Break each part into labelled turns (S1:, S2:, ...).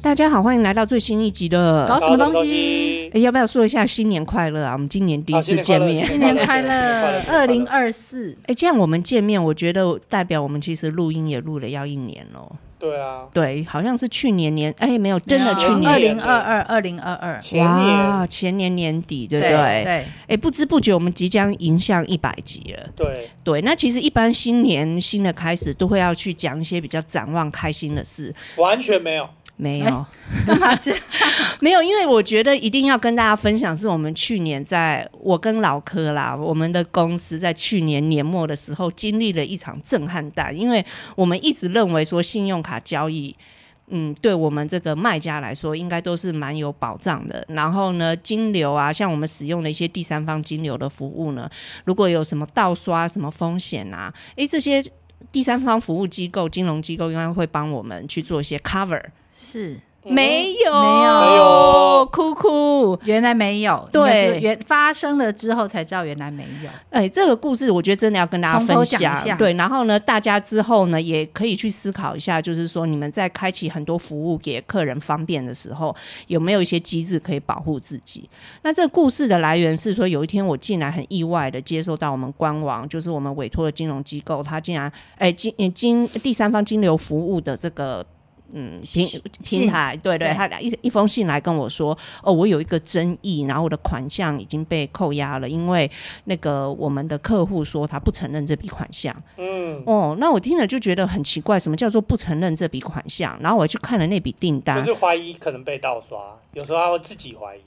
S1: 大家好，欢迎来到最新一集的
S2: 搞什么东西？
S1: 诶要不要说一下新年快乐啊？我们今年第一
S2: 好
S1: 次见面，
S3: 新
S2: 新
S3: 年快
S2: 乐
S3: 乐，二零二四，
S1: 哎、这样我们见面，我觉得代表我们其实录音也录了要一年喽。
S2: 对啊，
S1: 对，好像是去年年，哎、没有，真的去
S2: 没有
S3: 二
S1: 年。
S3: 零二二，二零二二，
S2: 前年，
S1: 前年年底，对不对？
S3: 对
S1: 哎、
S3: 对，
S1: 不知不觉我们即将迎向一百集了。
S2: 对
S1: 对，那其实一般新年新的开始都会要去讲一些比较展望开心的事，
S2: 完全没有，
S1: 没有。
S3: 哎干嘛这样？
S1: 没有，因为我觉得一定要跟大家分享，是我们去年在我跟老柯啦，我们的公司在去年年末的时候经历了一场震撼弹，因为我们一直认为说信用卡交易。嗯，对我们这个卖家来说，应该都是蛮有保障的。然后呢，金流啊，像我们使用的一些第三方金流的服务呢，如果有什么盗刷、什么风险啊，诶，这些第三方服务机构、金融机构应该会帮我们去做一些 cover。
S3: 是
S1: 没有，
S3: 没有
S2: 没有
S1: 哭哭。
S3: 原来没有，
S1: 对
S3: 应该是原发生了之后才知道原来没有，
S1: 哎，这个故事我觉得真的要跟大家分
S3: 从头讲
S1: 享
S3: 一。下
S1: 对，然后呢，大家之后呢也可以去思考一下，就是说你们在开启很多服务给客人方便的时候，有没有一些机制可以保护自己？那这个故事的来源是说，有一天我竟然很意外的接收到我们官网，就是我们委托的金融机构，他竟然哎金呃金第三方金流服务的这个。嗯，平平
S3: 信
S1: 台对对，
S3: 对
S1: 他一一封信来跟我说，哦，我有一个争议，然后我的款项已经被扣押了，因为那个我们的客户说他不承认这笔款项。
S2: 嗯，
S1: 哦，那我听了就觉得很奇怪，什么叫做不承认这笔款项？然后我去看了那笔订
S2: 就
S1: 单，
S2: 是怀疑可能被盗刷，有时候他会自己怀疑，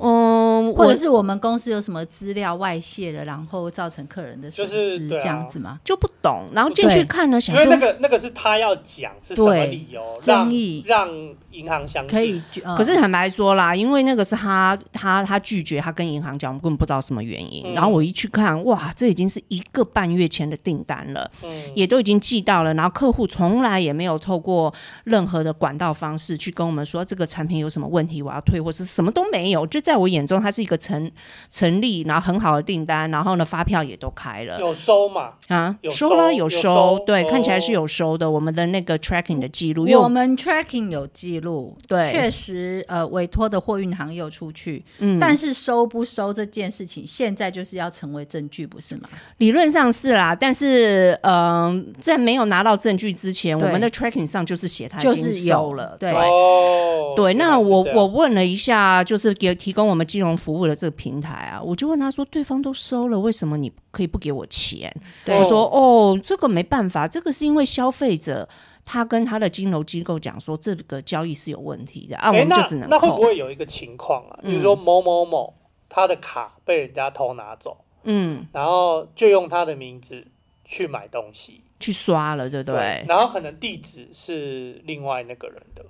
S1: 嗯，
S3: 或
S1: 我
S3: 者是我们公司有什么资料外泄了，然后造成客人的损
S2: 就是
S3: 失
S2: 对啊
S3: 这样子吗？
S1: 就不懂，然后进去
S3: 对
S1: 看了，
S2: 因
S1: 想
S2: 为那
S1: 说。
S2: 个那个是他要讲是什么
S3: 对
S2: 理由，让
S3: 争议
S2: 让银行相
S3: 可
S2: 信，
S3: 以，呃
S1: 可是坦白说啦，因为那个是他他他拒绝，他跟银行讲，我根本不知道什么原因。
S2: 嗯
S1: 然后我一去看，哇，这已经是一个半月前的订单了。
S2: 嗯，
S1: 也都已经寄到了，然后客户从来也没有透过任何的管道方式去跟我们说这个产品有什么问题，我要退或是什么都没有。就在我眼中，它是一个成成立，然后很好的订单，然后呢发票也都开了
S2: 有收嘛，
S1: 啊，
S2: 有
S1: 收了
S2: 收
S1: 有
S2: 有
S1: 收，
S2: 收
S1: 对，
S2: 哦
S1: 看起来是有收的。我们的那个 tracking 的记录，因为
S3: 我
S1: 我
S3: 们 tracking 有记录，
S1: 对
S3: 确实，呃，委托的货运行有出去，
S1: 嗯，
S3: 但是收不收这件事情，现在就是要成为证据，不是吗？
S1: 理论上是啦，但是嗯、呃在没有拿到证据之前，
S3: 对
S1: 我们的 tracking 上就是写它已
S3: 就是
S1: 经
S3: 有
S1: 收了，
S3: 对
S2: 哦，
S1: 对，
S2: 原来
S1: 那
S2: 是
S1: 我
S2: 这样
S1: 我问了一下，就是给提供我们金融服务的这个平台啊，我就问他说，对方都收了，为什么你可以不给我钱？
S3: 对
S1: 他说，哦，这个没办法，这个是因为消费者他跟他的金融机构讲说这个交易是有问题的啊，我
S2: 诶
S1: 们就
S2: 那
S1: 只能
S2: 那会不
S1: 扣。
S2: 会有一个情况啊？比
S1: 嗯
S2: 如说某某某他的卡被人家偷拿走，
S1: 嗯，
S2: 然后就用他的名字去买东西，
S1: 去刷了，对不对？
S2: 然后可能地址是另外那个人的，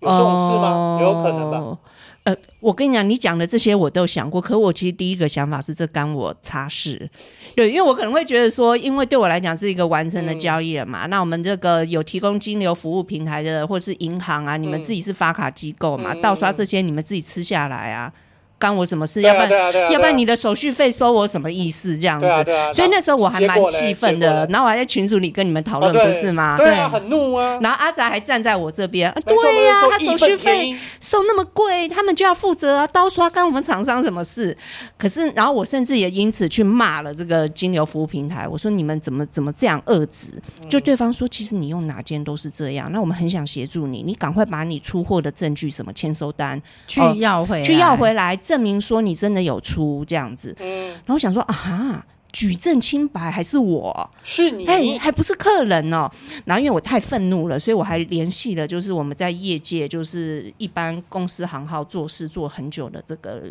S2: 有这种事吗？
S1: 哦
S2: 有可能吧。
S1: 呃，我跟你讲，你讲的这些我都想过，可我其实第一个想法是这干我擦事，对，因为我可能会觉得说，因为对我来讲是一个完成的交易了嘛，
S2: 嗯
S1: 那我们这个有提供金流服务平台的或者是银行啊，你们
S2: 嗯
S1: 自己是发卡机构嘛，
S2: 嗯
S1: 盗刷这些你们自己吃下来啊，干我什么事？
S2: 对
S1: 要
S2: 啊
S1: 不然、
S2: 对啊对啊对啊
S1: 要不然你的手续费收我什么意思？这样子。
S2: 对啊对啊，
S1: 所以那时候我还蛮
S2: 结果嘞
S1: 气愤
S2: 结果
S1: 的
S2: 嘞，
S1: 然后我还在群组里跟你们讨论，
S2: 啊对
S1: 不是吗？
S2: 对啊，
S3: 对
S2: 很怒啊。
S1: 然后阿宅还站在我这边，啊
S2: 没错
S1: 对呀、
S2: 没错
S1: 他
S2: 义
S1: 手
S2: 愤
S1: 续费
S2: 填膺
S1: 收那么贵，他们就要负责啊，刀刷干我们厂商什么事？可是，然后我甚至也因此去骂了这个金流服务平台，我说你们怎么怎么这样恶质？就对方说，其实你用哪间都是这样，那我们很想协助你，你赶快把你出货的证据什么签收单
S3: 去
S1: 哦
S3: 要回来，
S1: 去要回来，证明说你真的有出这样子。
S2: 嗯，
S1: 然后想说啊哈。举证清白还是我？
S2: 是你，
S1: 哎、还不是客人哦。然后因为我太愤怒了，所以我还联系了，就是我们在业界，就是一般公司行号做事做很久的这个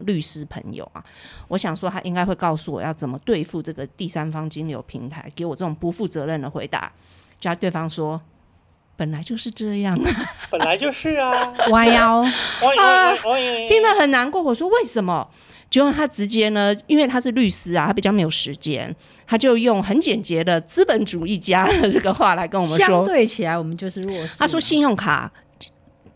S1: 律师朋友啊。我想说，他应该会告诉我要怎么对付这个第三方金流平台，给我这种不负责任的回答。就他对方说。本来就是这样啊，
S2: 本来就是啊。 哦
S3: 弯腰，
S2: 喂喂喂喂
S1: 听了很难过。我说为什么？结果他直接呢，因为他是律师啊，他比较没有时间，他就用很简洁的资本主义家的这个话来跟我们说
S3: 相，对起来我们就是弱势嘛。
S1: 他说信用卡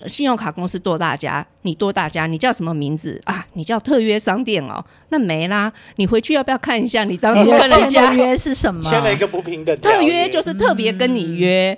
S1: 信用卡公司剁大家，你剁大家，你叫什么名字啊？你叫特约商店哦，那没啦。你回去要不要看一下你当初
S3: 你
S1: 跟
S3: 的
S1: 人
S3: 哎签
S1: 家
S3: 的约是什么？
S2: 签了一个不平等条
S1: 特约就是特别跟你约，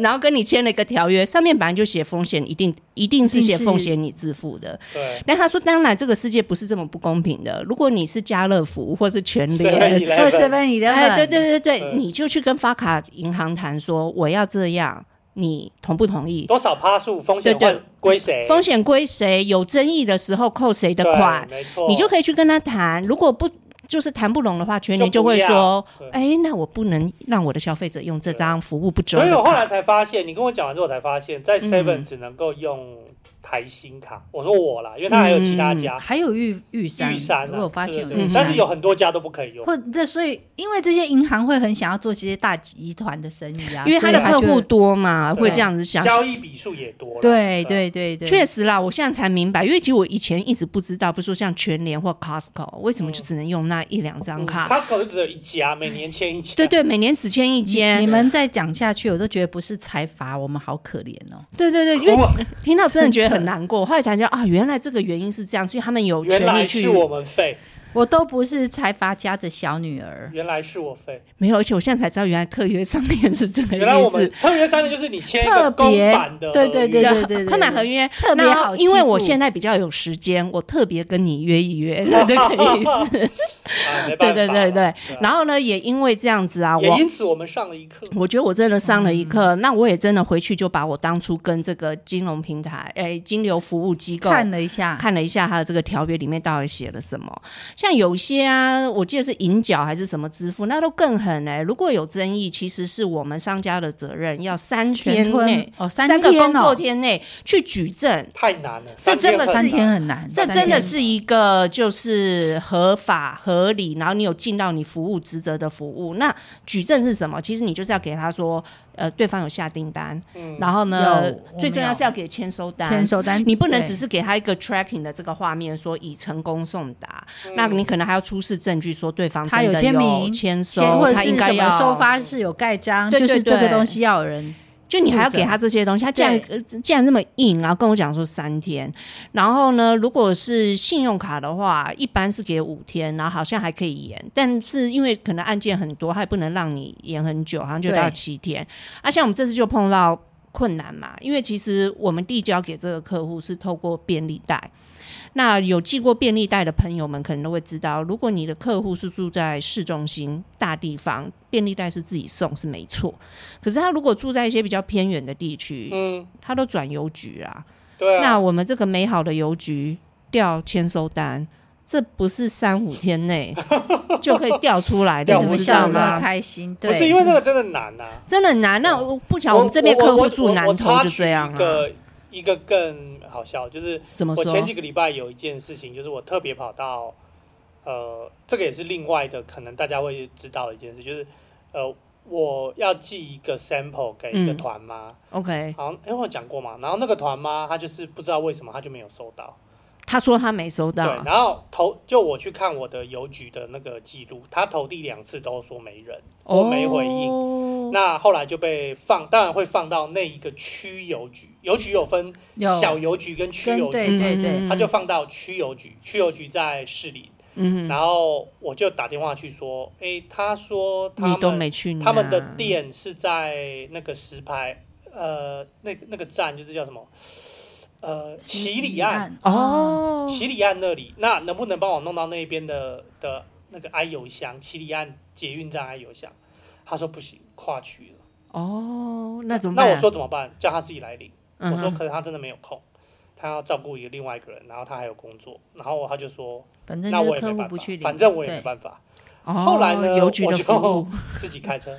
S1: 然后跟你签了一个条约，上面本来就写风险，一定一定是写风险你自负的。
S2: 对，
S1: 但他说，当然这个世界不是这么不公平的。如果你是家乐福或是全联，
S3: 二
S2: Seven
S3: 7 e l
S1: 哎，对对对对，
S2: 嗯
S1: 你就去跟发卡银行谈说我要这样，你同不同意？
S2: 多少趴数风险
S1: 对对
S2: 会归谁？
S1: 风险归谁？有争议的时候扣谁的
S2: 对
S1: 款？
S2: 没错，
S1: 你就可以去跟他谈。如果不就是谈不拢的话，全年就会
S2: 就不
S1: 说
S2: 对：“
S1: 哎，那我不能让我的消费者用这张服务不周
S2: 所以
S1: 的
S2: 我后来
S1: 卡。
S2: 才发现，你跟我讲完之后我才发现，在 Seven
S1: 嗯
S2: 只能够用台新卡。我说我啦，因为它还有其他家，
S3: 还有玉玉山，
S2: 玉山
S3: 我
S2: 啊，
S3: 有发现
S2: 对对
S3: 有
S2: 对
S3: 玉
S1: 嗯
S2: 但
S3: 山
S2: 是有很多家都不可以用。
S3: 或者所以，因为这些银行会很想要做这些大集团的生意啊，
S1: 因为
S3: 所
S1: 他
S3: 以
S1: 的
S3: 他
S1: 客
S3: 就
S1: 户多嘛，
S2: 对
S1: 会这样子想。
S2: 交易笔数也多了，
S3: 对对对对，
S1: 确实啦，我现在才明白，因为其实我以前一直不知道，不是说像全联或 Costco 为什么就只能用那一两张
S2: 嗯
S1: 卡。
S2: Costco 就只有一家，每年签一家。
S1: 对对，每年只签一
S3: 你你
S1: 间。
S3: 们再讲下去，我都觉得不是财阀，我们好可怜哦。
S1: 对对对，因为
S2: 哭啊，
S1: 听到真的觉得 很难过。后来才觉得啊，原来这个原因是这样，所以他们有
S2: 原
S1: 权利
S2: 来
S1: 去
S2: 是我们废，
S3: 我都不是财阀家的小女儿，
S2: 原来是 我废，
S1: 没有，而且我现在才知道，原来特约商店是这个意思。
S2: 原来我们特别商店就是你签一
S3: 特
S2: 个
S3: 别
S2: 公版的合约，
S3: 对对对对
S1: 他买合约，
S3: 特别
S1: 那
S3: 好欺负。
S1: 因为我现在比较有时间，我特别跟你约一约，那这个 意思。
S2: 啊
S1: 对
S2: 没办法
S1: 对对对
S2: 啊。
S1: 然后呢，也因为这样子啊，
S2: 也
S1: 我嗯
S2: 因嗯此我们上了一课，
S1: 我觉得我真的上了一课，那我也真的回去就把我当初跟这个金融平台，诶、金流服务机构
S3: 看了一下，
S1: 看了一下他的这个条约里面到底写了什么。像有些啊，我记得是银角还是什么支付，那都更狠哎、如果有争议，其实是我们商家的责任，要三
S3: 全
S1: 天内
S3: 吞、哦，
S1: 三个
S3: 天
S1: 工作
S3: 哦，
S1: 天内去举证。
S2: 太难了，
S1: 这真的是
S3: 三
S2: 三
S3: 天
S2: 天很
S3: 很难，
S1: 这
S3: 三
S1: 真的
S3: 天
S1: 是一个就是合法合理，然后你有尽到你服务职责的服务。那举证是什么？其实你就是要给他说，呃，对方有下订单，
S2: 嗯
S1: 然后呢
S3: 有我，
S1: 最重要
S3: 们有
S1: 是要给签收单，
S3: 签收单，
S1: 你不能
S3: 对
S1: 只是给他一个 tracking 的这个画面，说已成功送达，那你可能还要出示证据，说对方
S3: 嗯他
S1: 真
S3: 有
S1: 的
S3: 签名
S1: 签收
S3: 签，或者
S1: 他
S3: 是
S1: 应该
S3: 什
S1: 要
S3: 么收发是有盖章，
S1: 对对
S3: 就是这个
S1: 对
S3: 东西要有人
S1: 就你还要
S3: 负责
S1: 给他这些东西，他竟然呃竟然那么硬啊，跟我讲说三天，然后呢，如果是信用卡的话，一般是给五天，然后好像还可以延，但是因为可能案件很多，他也不能让你延很久，好像就到
S3: 对
S1: 七天。啊，像我们这次就碰到困难嘛，因为其实我们递交给这个客户是透过便利贷。那有寄过便利贷的朋友们可能都会知道，如果你的客户是住在市中心大地方，便利贷是自己送是没错。可是他如果住在一些比较偏远的地区，
S2: 嗯，
S1: 他都转邮局啦。
S2: 对啊，
S1: 那我们这个美好的邮局调签收单，这不是三五天 内就可以调出来的，
S2: 调
S3: 怎
S1: 你
S3: 么
S1: 知
S3: 笑
S1: 道
S3: 得这么
S1: 吗？
S3: 开心？对，
S2: 不是因为这个真的难啊，
S1: 真的很难。那我不巧，我们这边
S2: 我
S1: 客
S2: 我
S1: 户
S2: 我
S1: 住南
S2: 我
S1: 头
S2: 插
S1: 就
S2: 曲
S1: 这样
S2: 一
S1: 啊。
S2: 个一个更好笑，就是
S1: 怎么
S2: 我前
S1: 说？
S2: 几个礼拜有一件事情，就是我特别跑到，呃，这个也是另外的，可能大家会知道的一件事，就是呃，我要寄一个 sample 给一个
S1: 嗯
S2: 团妈，
S1: ？OK，
S2: 好像哎、我有讲过嘛，然后那个团妈她就是不知道为什么她就没有收到，
S1: 他说他没收
S2: 对，
S1: 到。
S2: 然后投就我去看我的邮局的那个记录，她投递两次都说没人，我没回应。
S1: 应。
S2: 那后来就被放，当然会放到那一个区邮局，邮局有分
S3: 有
S2: 小邮局跟区
S3: 跟
S2: 邮局，
S3: 对对
S1: 嗯
S3: 对，
S2: 他就放到区邮局，区邮局在市里，
S1: 嗯，
S2: 然后我就打电话去说，诶，他说他
S1: 你
S2: 们
S1: 都没去拿，
S2: 他们的店是在那个石牌，呃，那个那个站就是叫什么，呃，
S3: 西
S2: 七里岸，
S3: 嗯
S1: 哦，
S2: 七里岸那里，那能不能帮我弄到那边的的那个哀邮箱，七里岸捷运站哀邮箱？他说不行，跨区了。
S1: 哦，那怎么办？
S2: 那我说怎么办？叫他自己来领。
S1: 嗯
S2: 我说
S1: 哼，
S2: 可是他真的没有空，他要照顾一个另外一个人，然后他还有工作，然后他就说，
S3: 反正
S2: 那
S3: 就
S2: 我
S3: 是
S2: 也
S3: 客
S2: 没
S3: 户
S2: 办
S3: 不
S2: 法
S3: 去，领，
S2: 反正我也没
S3: 对
S2: 办法，
S1: 哦
S2: 后来呢
S1: 邮局
S2: 我
S1: 的
S2: 就
S1: 服务，
S2: 自己开车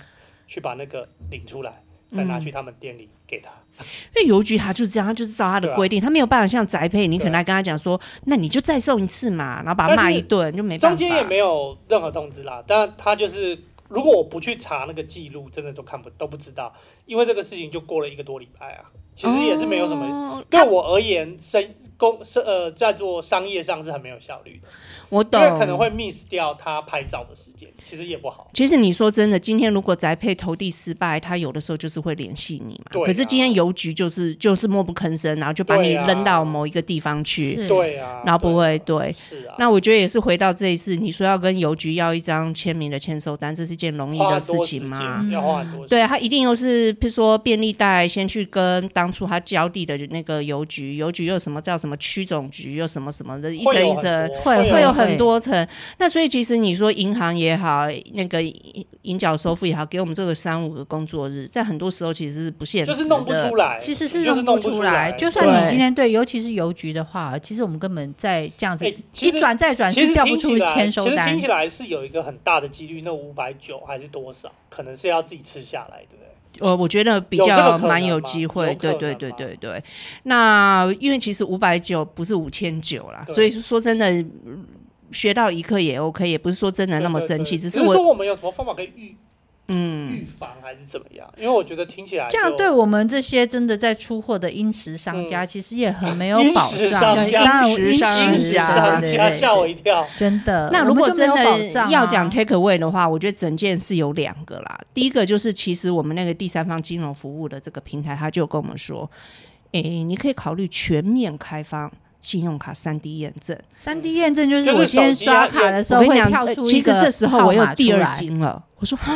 S2: 去把那个领出来，再拿去他们店里给他。
S1: 因为邮局他就是这样，他就是照他的规定，他没有办法像宅配，你可能还跟他讲说，那你就再送一次嘛，然后把他骂一顿，就没办法。
S2: 中间也没有任何通知啦，但他就是如果我不去查那个记录，真的都看不都不知道，因为这个事情就过了一个多礼拜啊，其实也是没有什么。
S1: 么
S2: 对我而言，生工是呃，在做商业上是很没有效率的，
S1: 我
S2: 因
S1: 懂，
S2: 为可能会 miss 掉他拍照的时间，其实也不好。
S1: 其实你说真的，今天如果宅配投递失败，他有的时候就是会联系你嘛。
S2: 对啊
S1: 可是今天邮局就是就是默不吭声，然后就把你
S2: 对啊
S1: 扔到某一个地方去，
S3: 是
S2: 对啊，
S1: 然后不会
S2: 对啊，
S1: 对。
S2: 是啊，
S1: 那我觉得也是回到这一次，你说要跟邮局要一张签名的签收单，这是件容易
S2: 花
S1: 的
S2: 很
S1: 事
S2: 多时
S1: 情
S2: 间
S1: 吗？
S2: 要花很多时间。
S1: 对啊，他一定又是，譬如说便利贷先去跟当初他交地的那个邮局，邮局又什么叫什么区总局，又什么什么的，一
S2: 会
S1: 层
S2: 有
S1: 一
S2: 很
S1: 层，
S2: 多
S3: 会
S1: 会有
S2: 有
S1: 很多层。那所以其实你说银行也好，那个银银角收付也好，给我们这个三五个工作日，在很多时候其实是不现实
S2: 就
S1: 的，
S2: 是弄不出来，
S3: 其实
S2: 你
S3: 是
S2: 就是
S3: 不
S2: 出
S3: 来。就
S1: 对
S3: 算你今天对，尤其是邮局的话，其实我们根本在这样子
S2: 哎其
S3: 一
S2: 实
S3: 转再转
S2: 其
S3: 是
S2: 实
S3: 调不
S2: 听
S3: 出
S2: 起来，
S3: 签
S2: 其
S3: 收
S2: 实
S3: 单
S2: 听起。来是有一个很大的几率，那五百九还是多少，可能是要自己吃下来，对不对？
S1: 呃，我觉得比
S2: 有这个
S1: 较
S2: 可能
S1: 蛮有
S2: 吗
S1: 机会，
S2: 有
S1: 对
S2: 可能
S1: 对对
S2: 吗
S1: 对对。那因为其实五百九不是五千九啦，
S2: 对
S1: 所以说真的嗯学到一课也 OK，也不是说真的那么
S2: 对对
S1: 生气，
S2: 对
S1: 只
S2: 只
S1: 是我
S2: 说我们有什么方法可以预
S1: 嗯。
S2: 预防还是怎么样？因为我觉得听起来
S3: 这样
S2: 就嗯
S3: 对我们这些真的在出货的殷实商家，其实也很没有
S2: 殷
S3: 保
S2: 实
S3: 障。
S2: 商
S3: 对
S2: 家
S3: 当然，
S1: 殷实
S3: 殷
S1: 商
S3: 实
S1: 家
S3: 商啊
S2: 商家
S3: 家
S2: 吓我一跳。
S3: 真的。
S1: 那
S3: 呃我
S1: 如
S3: 们
S1: 果
S3: 就没
S1: 真
S3: 有保
S1: 的
S3: 障啊
S1: 要讲 take away 的话，我觉得整件事有两个啦。第一个就是，其实我们那个第三方金融服务的这个平台，他就有跟我们说，诶、你可以考虑全面开放信用卡三 D 验证。
S3: 三 D 验证，就是
S2: 就是
S3: 我今天刷卡的时
S1: 我
S3: 候
S1: 跟你
S3: 会
S1: 讲，
S3: 跳
S1: 呃
S3: 出
S1: 其
S3: 一
S1: 实
S3: 个
S1: 这时候我又
S3: 号码
S1: 第
S3: 出
S1: 二
S3: 来
S1: 惊了，我说啊，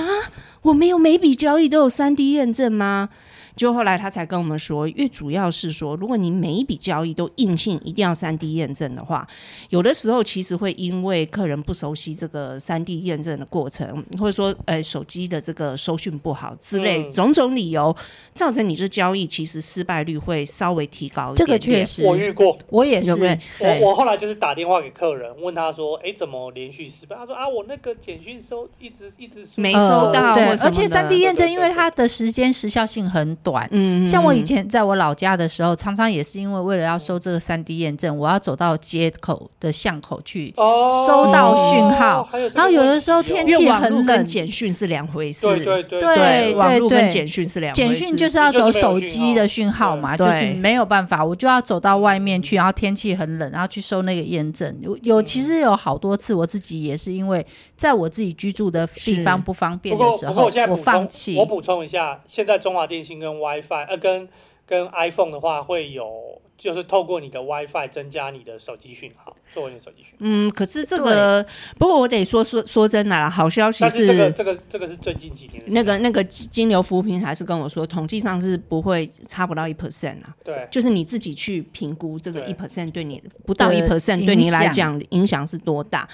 S1: 我没有每笔交易都有三 D 验证吗？就后来他才跟我们说，因为主要是说，如果你每一笔交易都硬性一定要三 D 验证的话，有的时候其实会因为客人不熟悉这个三 D 验证的过程，或者说呃手机的这个收讯不好之类、
S2: 嗯
S1: 种种理由，造成你这交易其实失败率会稍微提高一
S3: 这
S1: 点
S3: 个确
S1: 点
S3: 实，
S2: 我遇过，
S3: 我也是
S1: 有没有，
S3: 对
S2: 我我后来就是打电话给客人，问他说：“哎，怎么连续失败？”他说：“啊，我那个简讯收一直一直
S1: 没
S3: 呃
S1: 收到
S3: 对
S1: 或什，么
S3: 而且
S1: 的
S3: 三 D 验证，
S2: 对对
S3: 因为
S2: 对
S3: 它的时间时效性很短。
S1: 嗯，
S3: 像我以
S1: 嗯
S3: 前在我老家的时候，常常也是因为为了要收这个三 D 验证，我要走到街口的巷口去。
S2: 哦，
S3: 收到讯号
S2: 还有这个
S3: 然后有的时候
S2: 问题哦
S3: 天气
S1: 因为网
S3: 很
S1: 络跟
S3: 冷
S1: 简讯是两回事，
S2: 对对对
S3: 对对
S1: 网络跟
S3: 对
S1: 简讯是两回事，
S3: 简讯就是要走手机的讯号嘛，
S1: 对
S3: 就是没有办法，我就要走到外面去，然后天气很冷，然后去收那个验证。有有，
S2: 嗯
S3: 其实有好多次我自己也是因为在我自己居住的地方
S1: 是
S3: 不方便
S2: 不
S3: 的
S2: 过，
S3: 时
S2: 不
S3: 候，
S2: 过我现在补充
S3: 放弃
S2: 我。补充一下，现在中华电信跟 WiFi 呃跟跟 iPhone 的话会有，就是透过你的 WiFi 增加你的手机讯号，作为你的手机讯号。
S1: 嗯，可是这个，不过我得说说说真的啦，好消息
S2: 但是这个这个这个是最近几年的事
S1: 那个那个金流服务平台是跟我说，统计上是不会差不到一 percent 啊，
S2: 对
S1: 就是你自己去评估这个一
S2: 对
S1: percent 对你不到一
S3: 对
S1: percent 对你来讲影响是多大。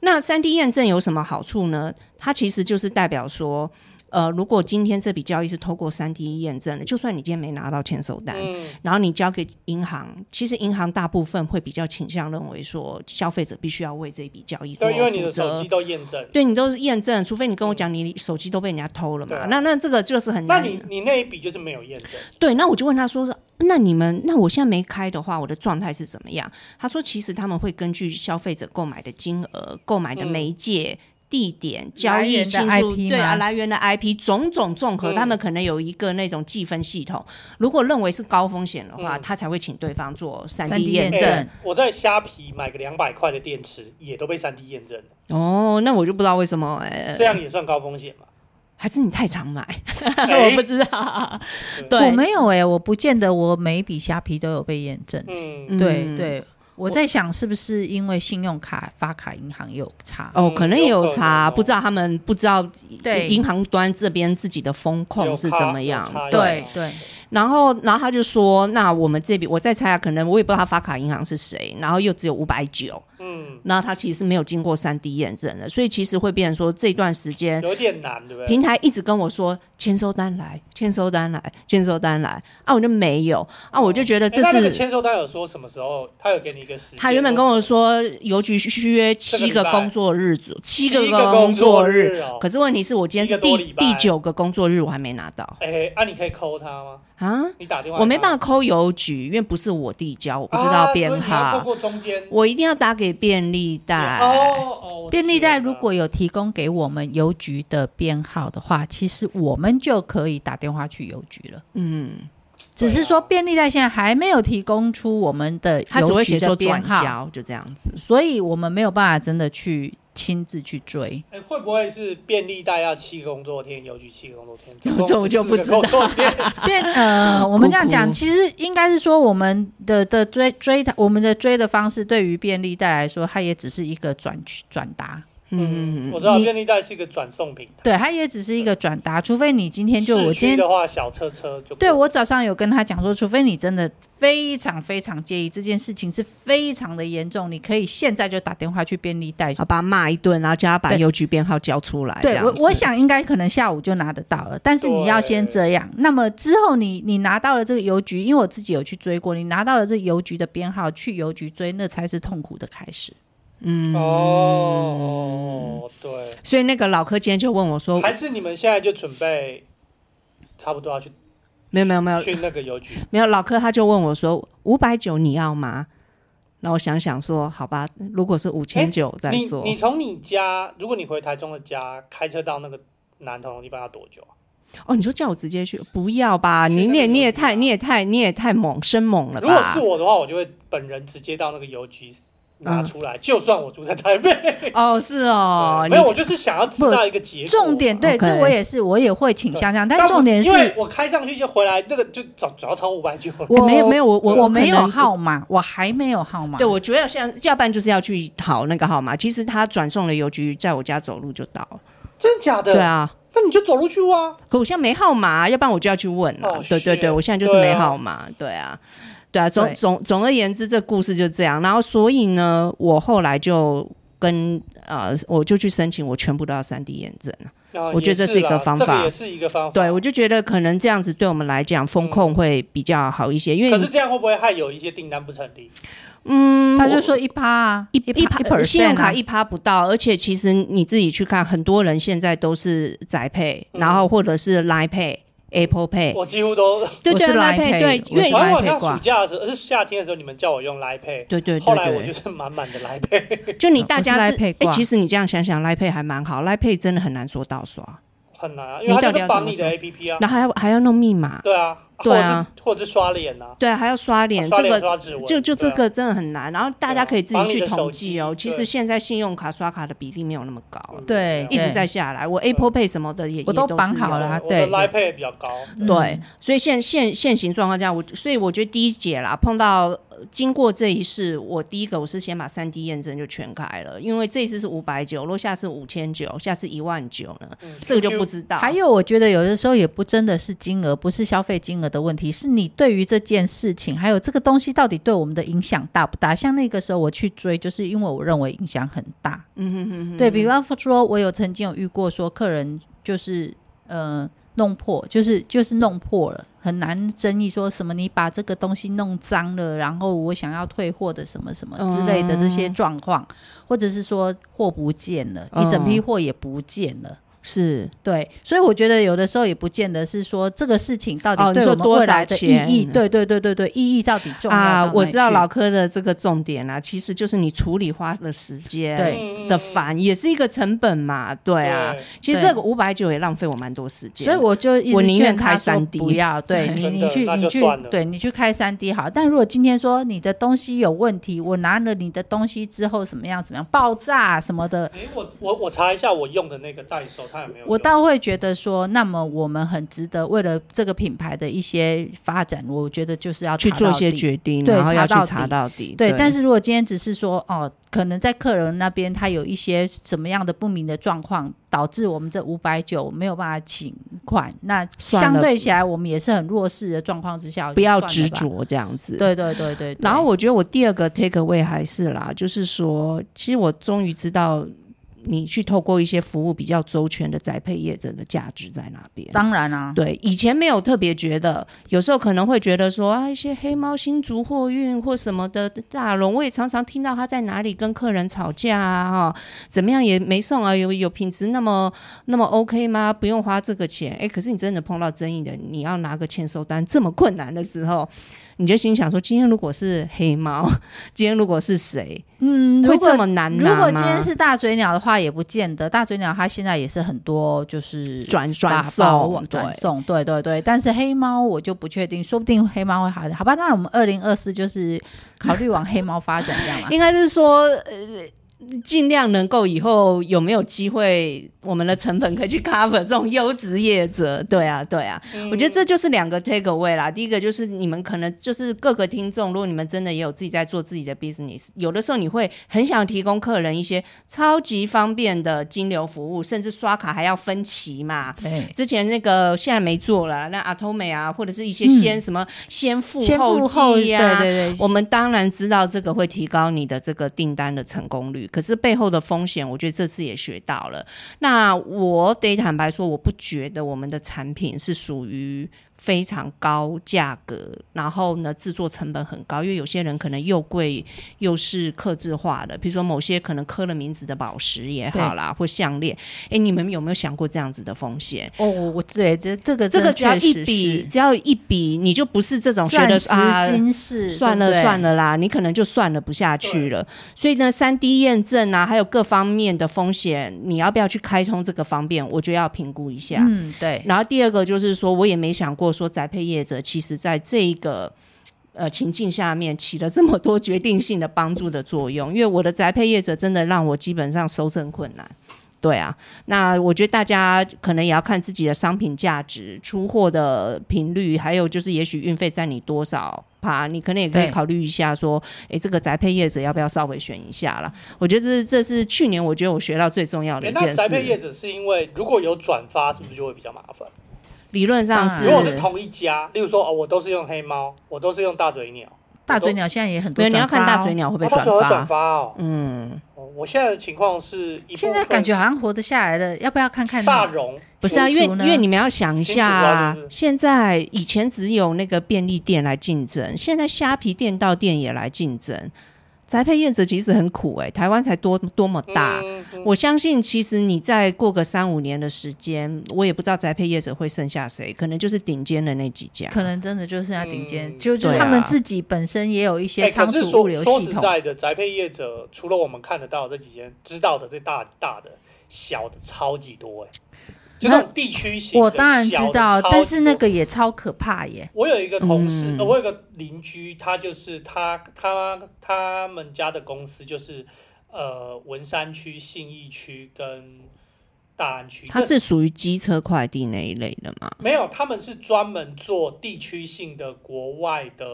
S1: 那三 D 验证有什么好处呢？它其实就是代表说，呃，如果今天这笔交易是透过三 D 验证的，就算你今天没拿到签收单，
S2: 嗯，
S1: 然后你交给银行，其实银行大部分会比较倾向认为说，消费者必须要为这一笔交易做
S2: 对，因为你
S1: 负
S2: 的手
S1: 责
S2: 机。都验
S3: 嗯
S2: 证。
S1: 对你都是验证，除非你跟我讲你手机都被人家偷了嘛，
S2: 对啊
S1: 那那这个就是很
S2: 那
S1: 难。
S2: 你你那一笔就是没有验证，
S1: 对，那我就问他说，那你们那我现在没开的话，我的状态是怎么样？他说，其实他们会根据消费者购买的金额、购买的
S2: 嗯
S1: 媒介。地点、交
S3: 来
S1: 易
S3: 源的
S1: 进入
S3: IP
S1: 对啊，
S3: 吗
S1: 来源的 IP 种种综合，
S2: 嗯
S1: 他们可能有一个那种计分系统。如果认为是高风险的话，
S2: 嗯
S1: 他才会请对方做三
S3: 3D
S1: 验
S3: 验
S1: 证。
S3: 证
S2: 哎我在虾皮买个两百块的电池，也都被三 D 验证了，
S1: 哦，那我就不知道为什么，哎，
S2: 这样也算高风险嘛？
S1: 还是你太常买， 我
S2: 哎
S1: 不知道。 对，
S3: 我没有哎、我不见得我每一笔虾皮都有被验证。
S2: 嗯，
S1: 嗯
S3: 对对，我在想是不是因为信用卡发卡银行也有差？
S1: 哦，
S2: 嗯
S1: 可能也
S2: 有
S1: 有
S2: 可
S1: 差，
S2: 能哦
S1: 不知道他们不知道
S3: 对
S1: 银行端这边自己的风控
S2: 有
S1: 是
S2: 差
S1: 怎么
S2: 有
S1: 样。
S2: 差有
S3: 对
S2: 差
S3: 对，
S1: 然后，然后他就说：“那我们这笔，我再猜啊，可能我也不知道他发卡银行是谁，然后又只有五百九，
S2: 嗯，
S1: 然后他其实没有经过三 D 验证的，所以其实会变成说这段时间
S2: 有点难，对不对？
S1: 平台一直跟我说签收单来，签收单来，签收单来啊，我就没有啊，我就觉得
S2: 哎
S1: 这
S2: 那那个
S1: 是。”
S2: 签收单有说什么时候？他有给你一个时间？
S1: 他原本跟我说，邮局续约七个
S2: 这个礼拜
S1: 工作日左，七
S2: 一
S1: 个
S2: 工
S1: 作
S2: 作日哦。
S1: 可是问题是我今天是
S2: 一个多
S1: 第
S2: 礼拜
S1: 第九个工作日，我还没拿到
S2: 哎，啊，你可以扣他吗？
S1: 啊，
S2: 你打电话给他，
S1: 我没办法扣邮局，因为不是我递交，我不知道编号，
S2: 啊所以你要透过中间。
S1: 我一定要打给便利贷。
S2: 哦哦，我
S3: 便利贷
S1: 呃
S2: 知道
S3: 如果有提供给我们邮局的编号的话，其实我们就可以打电话去邮局了。
S1: 嗯，
S3: 只是说便利贷现在还没有提供出我们的
S1: 他只
S3: 邮
S1: 会
S3: 局
S1: 写说
S3: 的
S1: 转
S3: 编号，
S1: 交，就这样子。
S3: 所以我们没有办法真的去亲自去追。
S2: 哎、会不会是便利贷要七个工作天，邮局七个工作天，总
S1: 这
S2: 共
S1: 我就不
S2: 14
S1: 知
S2: 个工作天？
S3: 变呃，我们这样
S1: 哭
S3: 讲，
S1: 哭
S3: 其实应该是说我们的的追追的，我们的追的方式，对于便利贷来说，它也只是一个转去转达，
S1: 嗯，
S2: 我知道
S3: 你
S2: 便利贷是一个转送平台。
S3: 对，它也只是一个转达，除非你今天就我
S2: 市区
S3: 今天
S2: 的话，小车车就
S3: 对
S2: 不哦
S3: 我早上有跟他讲说，除非你真的非常非常介意这件事情是非常的严重，你可以现在就打电话去便利贷。
S1: 好，把他骂一顿，然后叫他把
S3: 对
S1: 邮局编号交出来。这
S3: 对
S1: 样
S3: 我，
S1: 子
S3: 我想应该可能下午就拿得到了，但是你要先这样。那么之后你你拿到了这个邮局，因为我自己有去追过，你拿到了这个邮局的编号，去邮局追，那才是痛苦的开始。
S1: 嗯
S2: 哦，对，
S1: 所以那个老柯今天就问我说
S2: 还，是你们现在就准备差不多要去
S1: 没有没有没有
S2: 去那个邮局，
S1: 没有，老柯他就问我说，五百九你要吗？那我想想说，好吧，如果是五千九再
S2: 哎你
S1: 说。
S2: 你从你家，如果你回台中的家，开车到那个南投的地方要多久啊？
S1: 哦，你就叫我直接去，不要吧？
S2: 去那
S1: 你
S2: 个
S1: 你也
S2: 邮
S1: 你也
S2: 局
S1: 太
S2: 啊
S1: 你也太你也太猛生猛了吧？
S2: 如果是我的话，我就会本人直接到那个邮局拿出来，就算我住在台北，
S1: 哦是嗯 哦，
S2: 对
S1: 你
S2: 没有，我就是想要知道一个结果。啊
S3: 重点对
S1: OK
S3: 这我也是，我也会倾向这样，但
S2: 但
S3: 重点
S2: 因为
S3: 是
S2: 我开上去就回来，那个就早早要超五百九了。
S1: 哎
S3: 我
S1: 没有没有我我
S3: 我
S1: 可
S3: 没有
S1: 能
S3: 号码，我还没有号码。
S1: 对，我觉得像要不然就是要去讨那个号码。其实他转送了邮局，在我家走路就到了。
S2: 真的假的？
S1: 对啊，
S2: 那你就走路去啊。
S1: 可我现在没号码，要不然我就要去问了。
S2: 哦
S1: 对对
S2: 是
S1: 对，我现在就是
S2: 对
S1: 没
S2: 啊
S1: 号码。对啊，对啊，总
S3: 对
S1: 总总而言之，这故事就这样。然后所以呢，我后来就。跟呃，我就去申请，我全部都要三 D 验证。
S2: 啊
S1: 我觉得这是一个
S2: 也啦
S1: 方
S2: 这
S1: 法
S2: 个也是一个方法。
S1: 对，我就觉得可能这样子对我们来讲，风控会比较好一些，因为
S2: 可
S1: 你
S2: 是这样会不会害有一些订单不成立？
S1: 嗯，
S3: 他就
S1: 我
S3: 说一趴啊，
S1: 一
S3: 一趴
S1: 趴，信用卡
S3: 一 percent 啊
S1: 一趴不到，而且其实你自己去看，很多人现在都是宅配，
S2: 嗯
S1: 然后或者是 Line Pay、Apple Pay，
S2: 我几乎都，
S1: 对
S3: 我
S1: 对
S3: 是
S1: Line
S3: Line
S1: Pay，
S3: Pay，
S1: 对，因
S3: 我
S1: 为
S3: 是 Line
S2: 反正好
S3: Pay
S2: 像
S3: 挂
S2: 暑假的时候，是夏天的时候，你们叫我用 Line Pay，
S1: 对对
S2: 后来我就
S1: 对
S2: 是满满的 Line Pay，
S1: 对，就你大
S3: 我
S1: 家自
S3: 是 Line Pay
S1: 哎，
S3: 挂
S1: 其实你这样想想，Line Pay 还蛮好，Line Pay 真的很难说到刷，
S2: 很难啊，因为它就是绑你的
S1: 你
S2: APP 啊，
S1: 然后还要还要弄密码，
S2: 对啊，
S1: 对啊
S2: 或者是或者是刷脸呐，
S1: 对，还要刷脸，
S2: 刷
S1: 这
S2: 脸
S1: 个
S2: 刷指纹，
S1: 就就
S2: 对
S1: 这
S2: 啊，
S1: 个真的很难。然后大家可以自己
S2: 绑你
S1: 去
S2: 的
S1: 统
S2: 手
S1: 计哦，
S2: 机
S1: 其实
S2: 对
S1: 现在信用卡刷卡的比例没有那么高
S2: 啊
S1: 了，
S3: 对
S1: 一
S2: 一
S1: 直
S2: 直
S1: 在下来。我 Apple Pay 什么的也
S3: 我
S1: 也
S3: 都
S1: 是
S3: 绑好
S1: 有
S3: 了啊
S2: 我
S3: 对
S2: 的 Line Pay 比较高，
S1: 对
S3: 嗯，
S1: 所以现现现行状况这样，我所以我觉得第一节啦，碰到、呃经过这一世，我第一个我是先把三 D 验证就全开了，因为这一次是五百九，如果下次五千九，下次一万九呢，
S2: 嗯
S1: 这个就
S2: QQ
S1: 不知道。
S3: 还有，我觉得有的时候也不真的是金额，不是消费金额的问题，是你对于这件事情，还有这个东西到底对我们的影响大不大？像那个时候我去追，就是因为我认为影响很大。
S1: 嗯哼哼哼，
S3: 对比方说，我有曾经有遇过说客人就是呃弄破，就是就是弄破了，很难争议说什么你把这个东西弄脏了，然后我想要退货的什么什么之类的这些
S1: 嗯
S3: 状况，或者是说货不见了，一整批货也不见了。
S1: 是
S3: 对，所以我觉得有的时候也不见得是说这个事情到
S1: 哦
S3: 底
S1: 你
S3: 对
S1: 说
S3: 我们
S1: 多
S3: 未
S1: 少
S3: 来的意
S1: 钱
S3: 义，对对对对对，意义到底重要
S1: 啊
S3: 到，
S1: 我
S3: 哪
S1: 知道
S3: 去
S1: 老柯的这个重点啦、其实就是你处理花的时间
S3: 对
S2: 嗯
S1: 的，烦，也是一个成本嘛，对啊。其实
S3: 对
S1: 这个五百九也浪费我蛮多时间，
S3: 所以我就一
S1: 我
S3: 直
S1: 宁愿
S3: 劝
S1: 开
S3: 他说
S1: 3D
S3: 不要， 对你
S2: 真
S3: 你
S2: 的
S3: 去
S2: 那
S3: 你
S2: 就
S3: 去
S2: 算了
S3: 对你去开三 D 好，但如果今天说你的东西有问题，我拿了你的东西之后怎么样怎么样爆炸什么的，
S2: 哎，我我我查一下我用的那个代收，它有没有用？
S3: 我倒会觉得说，那么我们很值得为了这个品牌的一些发展，我觉得就是要
S1: 去
S3: 查
S1: 做
S3: 到
S1: 些
S3: 底
S1: 决定，
S3: 对
S1: 然后要去
S3: 查到
S1: 查
S3: 底
S1: 到底。
S3: 对，但
S1: 是
S3: 是如果今天只是说哦，可能在客人那边他有一些什么样的不明的状况，导致我们这五百九没有办法请款，那
S1: 算了
S3: 相对起来我们也是很弱势的状况之下，
S1: 不要
S3: 就算
S1: 执
S3: 了吧。
S1: 着这样子。
S3: 对对对对对
S1: 然后我觉得我第二个 take away 还是啦，就是说，其实我终于知道你去透过一些服务比较周全的宅配业者的价值在哪边。
S3: 当然啊啦、
S1: 对，以前没有特别觉得，有时候可能会觉得说啊，一些黑猫新竹货运或什么的大龙，我也常常听到他在哪里跟客人吵架啊，哈、怎么样也没送啊，有有品质那么那么 OK 吗？不用花这个钱，哎，可是你真的碰到争议的，你要拿个签收单这么困难的时候，你就心想说，今天如果是黑猫，今天如果是谁，
S3: 嗯，
S1: 会
S3: 如
S1: 这
S3: 果
S1: 么难拿
S3: 如
S1: 吗？
S3: 果今天是大嘴鸟的话，也不见得。大嘴鸟它现在也是很多就是
S1: 转
S3: 法
S1: 转
S3: 宝
S1: 送，
S3: 转
S1: 对
S3: 送，对对对。但是黑猫我就不确定，说不定黑猫会好一点。好吧，那我们二零二四就是考虑往黑猫发展，这样啊嘛。
S1: 应该是说，呃，尽量能够以后有没有机会，我们的成本可以去 cover 这种优质业者。对啊，对啊，
S3: 嗯
S1: 我觉得这就是两个 take away 啦。第一个就是你们可能就是各个听众，如果你们真的也有自己在做自己的 business，有的时候你会很想提供客人一些超级方便的金流服务，甚至刷卡还要分期嘛。
S3: 对，
S1: 之前那个现在没做了，那阿托美啊，或者是一些
S3: 嗯
S1: 先什么先付啊
S3: 先付后，
S1: 寄
S3: 对
S1: 呀、
S3: 对对，
S1: 我们当然知道这个会提高你的这个订单的成功率，可是背后的风险，我觉得这次也学到了。那我得坦白说，我不觉得我们的产品是属于非常高价格，然后呢制作成本很高，因为有些人可能又贵又是刻制化的，比如说某些可能刻了名字的宝石也好啦，或项链。诶，你们有没有想过这样子的风险？
S3: 哦，我对这这个
S1: 这个
S3: 真
S1: 只要
S3: 确
S1: 一
S3: 实
S1: 笔，
S3: 是
S1: 只要一笔，你就不是这种学
S3: 钻
S1: 的
S3: 石
S1: 啊。
S3: 金饰，
S1: 算了算
S3: 了，
S1: 了啦，你可能就算了不下去了。所以呢，三 D 验证啊，还有各方面的风险，你要不要去开通这个方便，我觉得要评估一下。
S3: 嗯，对，
S1: 然后第二个就是说，我也没想过说宅配业者其实在这一个。呃，情境下面起了这么多决定性的帮助的作用，因为我的宅配业者真的让我基本上收证困难。对啊，那我觉得大家可能也要看自己的商品价值、出货的频率，还有就是也许运费占你多少趴，你可能也可以
S3: 对
S1: 考虑一下说，诶，这个宅配业者要不要稍微选一下啦？我觉得这是这是去年我觉得我学到最重要的
S2: 诶
S1: 一件
S2: 那
S1: 事。
S2: 宅配业者是因为如果有转发，是不是就会比较麻烦？
S1: 理论上
S3: 当然
S1: 是，
S2: 如果是同一家，例如说哦，我都是用黑猫，我都是用大嘴鸟，
S3: 大嘴鸟现在也很
S1: 没
S3: 多
S1: 有
S3: 转
S1: 你
S3: 发哦，
S1: 要看大嘴鸟会不
S2: 哦
S1: 会转
S2: 大嘴鸟
S1: 发。
S2: 转发哦。
S1: 嗯，
S2: 哦我现在的情况是一部分，
S3: 现在感觉好像活得下来了，要不要看看呢
S2: 大荣
S1: 不是啊，因为
S3: 新竹呢
S1: 因为你们要想一
S2: 新
S1: 下、
S2: 竹啊就是
S1: 现在以前只有那个便利店来竞争，现在虾皮店到店也来竞争。宅配业者其实很苦哎、台湾才多多么大。
S2: 嗯嗯
S1: 我相信，其实你再过个三五年的时间，我也不知道宅配业者会剩下谁，可能就是顶尖的那几家。
S3: 可能真的就是要顶尖，
S2: 嗯
S3: 就就
S1: 对啊
S3: 他们自己本身也有一
S2: 哎
S3: 些仓
S2: 可是
S3: 储物
S2: 说
S3: 流
S2: 说
S3: 系
S2: 实
S3: 统，
S2: 在的，宅配业者除了我们看得到这几间知道的这大大的，小的超级多哎、就那种地区型的。
S3: 我当然知
S2: 小的
S3: 道，
S2: 超级
S3: 但是那
S2: 多
S3: 个也超可怕耶。
S2: 我有一个同事，
S1: 嗯
S2: 呃我有一个邻居，他就是他他他们家的公司就是呃文山区、信义区跟大安区，
S1: 它
S2: 这
S1: 是属于机车快递那一类的嘛？
S2: 没有，他们是专门做地区性的国外的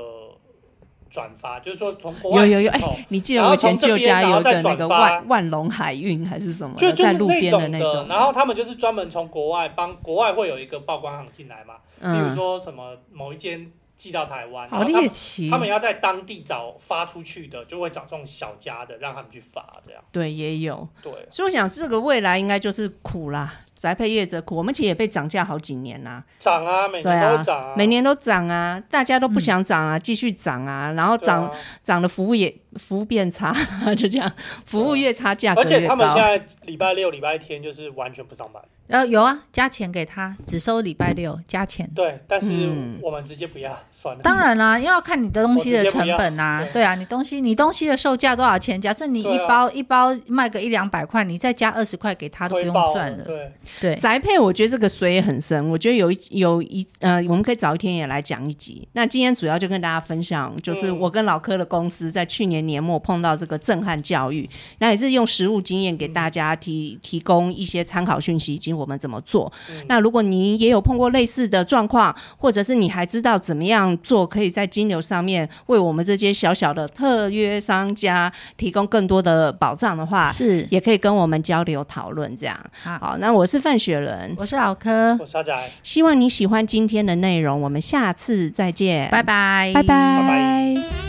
S2: 转发，就是说从国
S1: 有
S2: 外哦
S1: 有有，
S2: 进
S1: 哎、
S2: 口
S1: 你记得我以前旧家有一个那
S2: 然后从这边然后再
S1: 个
S2: 转发
S1: 万万隆海运还是什么的，
S2: 就就
S1: 在
S2: 是
S1: 路边
S2: 种
S1: 那种，
S2: 然后他们就是专门从国外帮国外会有一个报关行进来嘛，例如
S1: 嗯，
S2: 说什么某一间寄到台湾，然
S3: 好
S2: 后啊他
S3: 猎
S2: 们
S3: 奇
S2: 他，们要在当地找发出去的，就会找这种小家的让他们去发，这样
S1: 对，也有。
S2: 对。
S1: 所以我想，这个未来应该就是苦啦，宅配业者苦。我们其实也被涨价好几年啦、
S2: 涨啊，每
S1: 对
S2: 年都
S1: 啊
S2: 会涨、啊，嗯
S1: 每年都涨啊，大家都不想涨啊，继、续涨啊，然后
S2: 对啊
S1: 涨涨、的服务也服务变差， 就这样，服务越差价格
S2: 啊而
S1: 越高。
S2: 且他们现在礼拜六、礼拜天就是完全不上班，
S3: 呃，有啊，加钱给他，只收礼拜六加钱。
S2: 对，但是
S1: 嗯
S2: 我们直接不要、算了。
S3: 当然 啦，要看你的东西的成本
S2: 我
S3: 呐、
S2: 直接不要对
S3: 对啊，你东西你东西的售价多少钱？假设你
S2: 对
S3: 一
S2: 啊
S3: 包、一包卖个一两百块，你再加二十块给
S1: 啊
S3: 他都不
S2: 推
S3: 用
S2: 爆啊
S3: 赚了。
S2: 对，
S3: 对，
S1: 宅配，我觉得这个水也很深。我觉得有一有一呃，我们可以早一天也来讲一集。那今天主要就跟大家分享，就是
S2: 嗯
S1: 我跟老科的公司在去年年末碰到这个震撼教育，那也是用实物经验给大家提提供一些参考讯息，以及我们怎么做。
S2: 嗯
S1: 那如果你也有碰过类似的状况，或者是你还知道怎么样做，可以在金流上面为我们这些小小的特约商家提供更多的保障的话，
S3: 是。
S1: 也可以跟我们交流讨论这样。
S3: 好，
S1: 好，那我是范雪伦，
S3: 我是老柯，
S2: 我下载。
S1: 希望你喜欢今天的内容，我们下次再见，
S3: 拜拜，
S1: 拜拜
S2: 拜拜